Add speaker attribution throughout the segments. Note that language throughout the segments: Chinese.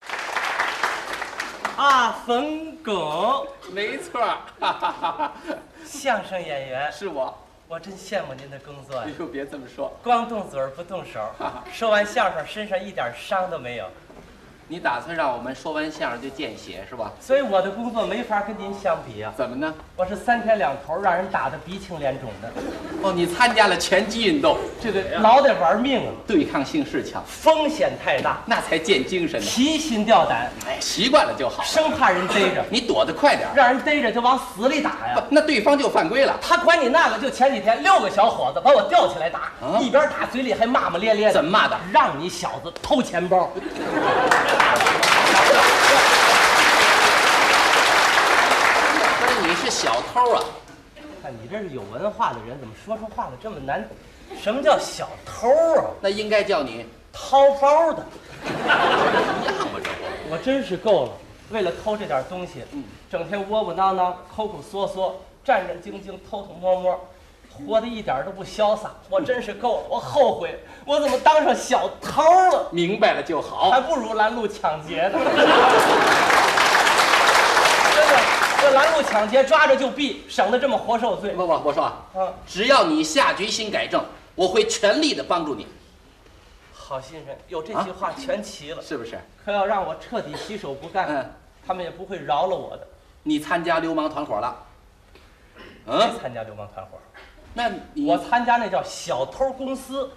Speaker 1: 阿啊冯巩，
Speaker 2: 没错儿， 哈哈哈哈
Speaker 1: 相声演员，
Speaker 2: 是我。
Speaker 1: 我真羡慕您的工作
Speaker 2: 哎
Speaker 1: 呀，
Speaker 2: 呦，别这么说，
Speaker 1: 光动嘴儿不动手儿，说完相声身上一点伤都没有，
Speaker 2: 你打算让我们说完相声就见血是吧？
Speaker 1: 所以我的工作没法跟您相比啊，
Speaker 2: 怎么呢？
Speaker 1: 我是三天两头让人打得鼻青脸肿的，
Speaker 2: 哦，你参加了拳击运动，这个老
Speaker 1: 老得玩命啊，
Speaker 2: 对抗性是强，
Speaker 1: 风险太大，
Speaker 2: 那才见精神呢。
Speaker 1: 提心吊胆，
Speaker 2: 哎，习惯了就好。
Speaker 1: 生怕人逮着，
Speaker 2: 你躲得快点儿，
Speaker 1: 让人逮着就往死里打呀
Speaker 2: 不。，那对方就犯规了。
Speaker 1: 他管你那个，就前几天六个小伙子把我吊起来打，
Speaker 2: 啊
Speaker 1: 一边打嘴里还骂骂咧咧的，
Speaker 2: 怎么骂的？
Speaker 1: 让你小子偷钱包。
Speaker 2: 不是，你是小偷啊？
Speaker 1: 看你这是有文化的人，怎么说出话来这么难？什么叫小偷啊？
Speaker 2: 那应该叫你
Speaker 1: 掏包的，
Speaker 2: 样吧？这不
Speaker 1: 我真是够了。为了偷这点东西，整天窝窝囊囊、抠抠缩缩、战战兢兢、偷偷摸摸，活得一点都不潇洒。我真是够了，我后悔，我怎么当上小偷了？
Speaker 2: 明白了就好。
Speaker 1: 还不如拦路抢劫呢。 真的，这拦路抢劫抓着就毙，省得这么活受罪。
Speaker 2: 不不，我说啊，
Speaker 1: 啊，
Speaker 2: 只要你下决心改正，我会全力的帮助你，
Speaker 1: 好心人，有这句话全齐了。
Speaker 2: 是不是？
Speaker 1: 可要让我彻底洗手不
Speaker 2: 嗯
Speaker 1: 干，他们也不会饶了我的。
Speaker 2: 你参加流氓团伙了？
Speaker 1: 没
Speaker 2: 嗯，
Speaker 1: 参加流氓团伙，
Speaker 2: 那你
Speaker 1: 我参加那叫小偷公司，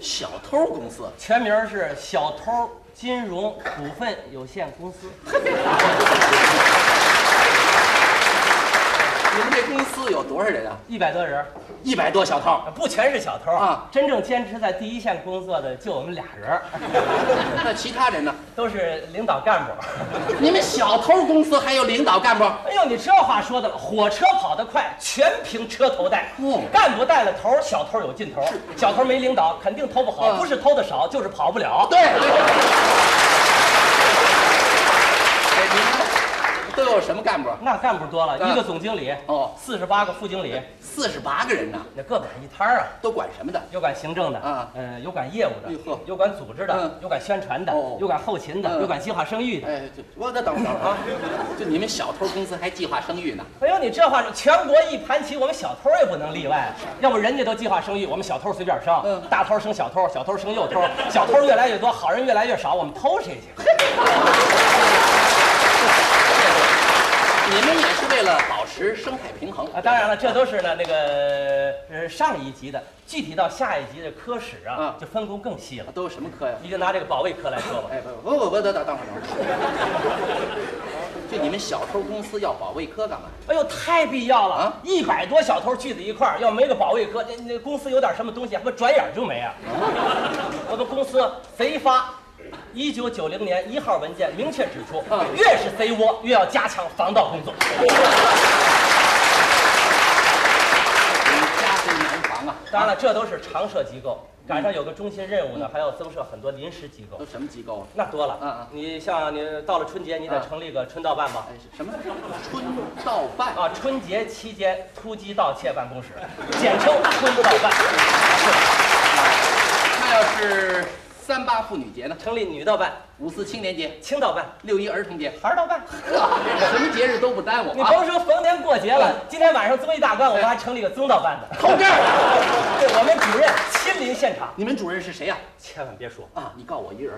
Speaker 2: 小偷公司，
Speaker 1: 全名是小偷金融股份有限公司。
Speaker 2: 你们这公司有多少人啊？
Speaker 1: 一百多人，
Speaker 2: 一百多小偷。
Speaker 1: 不全是小偷
Speaker 2: 啊
Speaker 1: 真正坚持在第一线工作的就我们俩人，
Speaker 2: 那其他人呢？
Speaker 1: 都是领导干部。
Speaker 2: 你们小偷公司还有领导干部？
Speaker 1: 哎呦，你这话说的了，火车跑得快，全凭车头带。
Speaker 2: 哦
Speaker 1: 干部带了头，小偷有劲头。小偷没领导，肯定偷不好，
Speaker 2: 啊
Speaker 1: 不是偷的少，就是跑不了。
Speaker 2: 对。对对哎，你们都有什么干部？
Speaker 1: 那干部多了，
Speaker 2: 啊
Speaker 1: 一个总经理，
Speaker 2: 哦
Speaker 1: 四十八个副经理，
Speaker 2: 四十八个人呢，
Speaker 1: 那各管一摊儿啊。
Speaker 2: 都管什么的？
Speaker 1: 有管行政的，
Speaker 2: 啊
Speaker 1: 呃，有管业务的
Speaker 2: 哎呦呵，
Speaker 1: 有管组织的
Speaker 2: 嗯，
Speaker 1: 有管宣传的
Speaker 2: 哦，
Speaker 1: 有管后勤的，
Speaker 2: 嗯
Speaker 1: 有管计划生育的。
Speaker 2: 哎，就我再等会儿等会儿啊！就你们小偷公司还计划生育呢？
Speaker 1: 哎呦，你这话说，全国一盘棋，我们小偷也不能例外啊。要不人家都计划生育，我们小偷随便生，
Speaker 2: 嗯
Speaker 1: 大偷生小偷，小偷生幼偷，小偷越来越多，好人越来越少，我们偷谁去？
Speaker 2: 你们也是为了保持生态平衡
Speaker 1: 啊，当然了，这都是呢那个呃上一级的，具体到下一级的科室啊
Speaker 2: 啊，
Speaker 1: 就分工更细了。
Speaker 2: 都有什么科呀？
Speaker 1: 你就拿这个保卫科来说吧，
Speaker 2: 哎，不不不不，等等等会儿等会儿。就你们小偷公司要保卫科干嘛？
Speaker 1: 哎呦，太必要了
Speaker 2: 啊！
Speaker 1: 一百多小偷聚在一块儿，要没个保卫科，那那公司有点什么东西，还不转眼就没啊！我们公司贼发一九九零年一号文件明确指出
Speaker 2: 啊，
Speaker 1: 越是贼窝，越要加强防盗工作。
Speaker 2: 你们家贼难防啊！
Speaker 1: 当然了，这都是常设机构，赶上有个中心任务呢，还要增设很多临时机构
Speaker 2: 都。什么机构啊？
Speaker 1: 那多
Speaker 2: 嗯
Speaker 1: 了
Speaker 2: 嗯，
Speaker 1: 你像你到了春节，你得
Speaker 2: 嗯
Speaker 1: 成立个春盗办吧？
Speaker 2: 哎，是什么春盗办？
Speaker 1: 啊，春节期间突击盗窃办公室，简称春盗办。
Speaker 2: 那要是三八妇女节呢？
Speaker 1: 成立女盗办、
Speaker 2: 五四青年节、
Speaker 1: 青盗办、
Speaker 2: 六一儿童节，
Speaker 1: 孩儿盗办。
Speaker 2: 什么节日都不耽误
Speaker 1: 你
Speaker 2: 啊！
Speaker 1: 甭说逢年过节了，今天晚上综艺大观，我们还成立个宗道班子，
Speaker 2: 扣这儿！
Speaker 1: 对我们主任亲临现场，
Speaker 2: 你们主任是谁呀、
Speaker 1: 千万别说，
Speaker 2: 啊？你告我一人，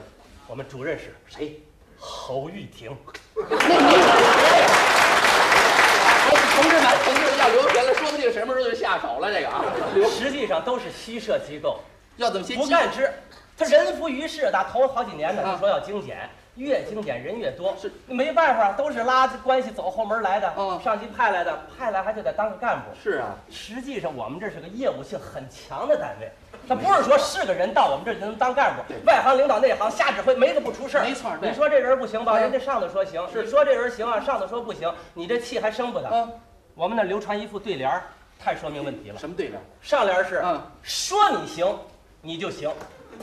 Speaker 1: 我们主任是
Speaker 2: 谁？
Speaker 1: 侯玉婷。
Speaker 2: 那你是谁呀？哎同志们，同志们要留神了，说不定什么时候就下手了。这个啊，留
Speaker 1: 实际上都是虚设机构，
Speaker 2: 要怎么先
Speaker 1: 不干之。他人浮于事，打头好几年呢，
Speaker 2: 啊
Speaker 1: 就说要精简，越精简人越多，
Speaker 2: 是
Speaker 1: 没办法，都是拉着关系走后门来的，
Speaker 2: 嗯
Speaker 1: 上级派来的，派来还就得当个干部。
Speaker 2: 是啊，
Speaker 1: 实际上，我们这是个业务性很强的单位，他不是说是个人到我们这儿就能当干部
Speaker 2: 对，
Speaker 1: 外行领导内行，瞎指挥，没个不出事儿。
Speaker 2: 没错对
Speaker 1: 你说这人不行吧，
Speaker 2: 嗯
Speaker 1: 人家上头说行；你说这人行啊，上头说不行，你这气还生不得。
Speaker 2: 啊，
Speaker 1: 我们那流传一副对联儿，太说明问题了。
Speaker 2: 什么对联？
Speaker 1: 上联是
Speaker 2: 嗯
Speaker 1: 说你行，你就行；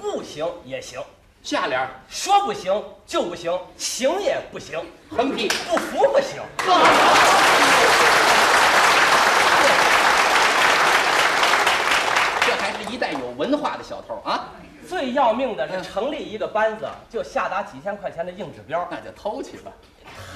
Speaker 1: 不行也行，
Speaker 2: 下联
Speaker 1: 说不行就不行，行也不行，
Speaker 2: 横批。
Speaker 1: 不服不 行。
Speaker 2: 这还是一代有文化的小偷啊，
Speaker 1: 最要命的是成立一个班子就下达几千块钱的硬指标，
Speaker 2: 那就偷去吧。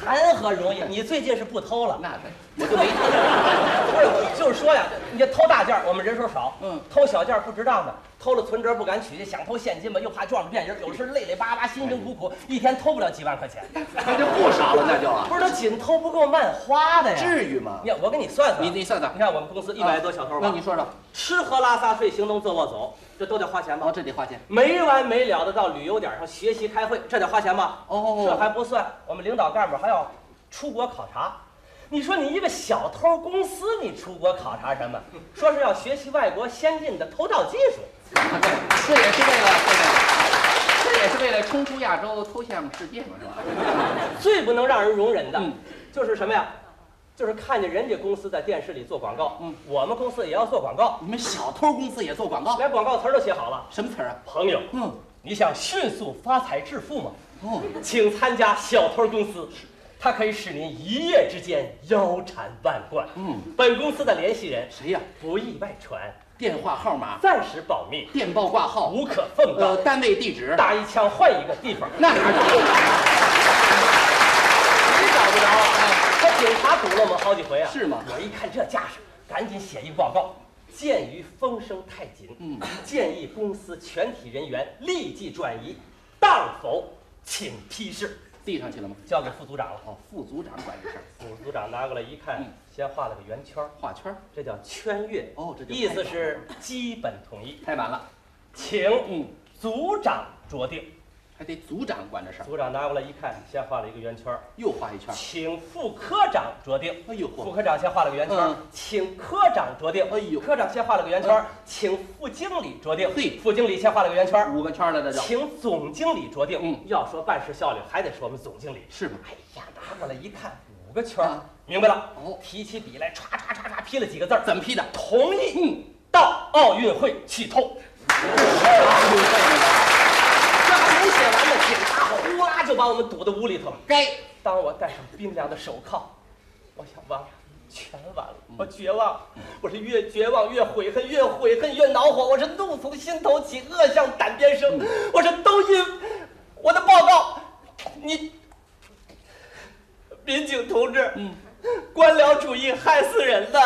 Speaker 1: 谈何 容易？你最近是不偷了？
Speaker 2: 那我就没偷。
Speaker 1: 不是，就是说呀，你这偷大件儿，我们人手少，
Speaker 2: 嗯
Speaker 1: 偷小件儿不值当的，偷了存折不敢取去，想偷现金吧，又怕撞着变人，有时累累巴巴，辛辛苦
Speaker 2: 哎
Speaker 1: 苦，一天偷不了几万块钱，
Speaker 2: 那就不少了，那就啊，
Speaker 1: 不是他紧偷不够慢花的呀。
Speaker 2: 至于吗
Speaker 1: 你？看，我给你算算，
Speaker 2: 你你算算
Speaker 1: 你，看我们公司一百多小偷吧，
Speaker 2: 那你说说，
Speaker 1: 吃喝拉撒睡行动坐卧走，这都得花钱吧
Speaker 2: 哦，？这得花钱。
Speaker 1: 没完没了的到旅游点上学习开会，这得花钱吧？
Speaker 2: 哦
Speaker 1: 这还不算，我们领导干部还要出国考察。你说你一个小偷公司，你出国考察什么？说是要学习外国先进的偷盗技术，
Speaker 2: 这也是为了这个，这也是为了冲出亚洲，偷向世界嘛，是吧？
Speaker 1: 最不能让人容忍的，
Speaker 2: 嗯
Speaker 1: 就是什么呀？就是看见人家公司在电视里做广告，
Speaker 2: 嗯
Speaker 1: 我们公司也要做广告，
Speaker 2: 你们小偷公司也做广告，
Speaker 1: 连广告词儿都写好了。
Speaker 2: 什么词儿啊？
Speaker 1: 朋友，
Speaker 2: 嗯，
Speaker 1: 你想迅速发财致富吗？
Speaker 2: 哦，
Speaker 1: 请参加小偷公司，它可以使您一夜之间腰缠万贯。
Speaker 2: 嗯，
Speaker 1: 本公司的联系人
Speaker 2: 谁呀、
Speaker 1: 不宜外传，
Speaker 2: 电话号码、
Speaker 1: 暂时保密，
Speaker 2: 电报挂号、
Speaker 1: 无可奉告
Speaker 2: 呃，。单位地址，
Speaker 1: 打一枪换一个地方，
Speaker 2: 那哪儿
Speaker 1: 你找不着啊！他警察堵了我们好几回啊。
Speaker 2: 是吗
Speaker 1: 我一看这架势，赶紧写一报告。鉴于风声太紧，
Speaker 2: 嗯
Speaker 1: 建议公司全体人员立即转移，当否请批示，
Speaker 2: 递上去了吗？
Speaker 1: 交给副组长了。
Speaker 2: 哦，副组长管这事儿，
Speaker 1: 副组长拿过来一看，
Speaker 2: 嗯
Speaker 1: 先画了个圆圈儿，
Speaker 2: 画圈儿，
Speaker 1: 这叫圈阅。
Speaker 2: 哦这就
Speaker 1: 意思是基本同意，
Speaker 2: 太晚了。
Speaker 1: 请
Speaker 2: 嗯，
Speaker 1: 组长酌定。
Speaker 2: 还得组长管这事儿，
Speaker 1: 组长拿过来一看，先画了一个圆圈儿，
Speaker 2: 又画一圈儿。
Speaker 1: 请副科长酌定。
Speaker 2: 哎呦
Speaker 1: 副
Speaker 2: 嚯，
Speaker 1: 科长先画了个圆圈儿
Speaker 2: 嗯，
Speaker 1: 请科长酌定。
Speaker 2: 哎呦嗯
Speaker 1: 科长先画了个圆圈儿，请副经理酌定。
Speaker 2: 嘿
Speaker 1: 副经理先画了个圆圈儿，
Speaker 2: 五个圈儿了，这就，
Speaker 1: 请总经理酌定。
Speaker 2: 嗯
Speaker 1: 要说办事效率，还得说我们总经理。
Speaker 2: 是吗？
Speaker 1: 哎呀，拿过来一看，五个圈儿
Speaker 2: 啊，
Speaker 1: 明白了。
Speaker 2: 哦
Speaker 1: 提起笔来，唰唰唰唰批了几个字儿，
Speaker 2: 怎么批的？
Speaker 1: 同意
Speaker 2: 嗯，
Speaker 1: 到奥运会去偷。这还没写完呢，警察呼啦就把我们堵到屋里头了。
Speaker 2: 该
Speaker 1: 当我戴上冰凉的手铐，我想完了，全完了，我绝望了，我是越绝望越悔恨，越悔恨越恼火，我是怒从心头起，恶向胆边生，我是都因我的报告，你民警同志，官僚主义害死人的。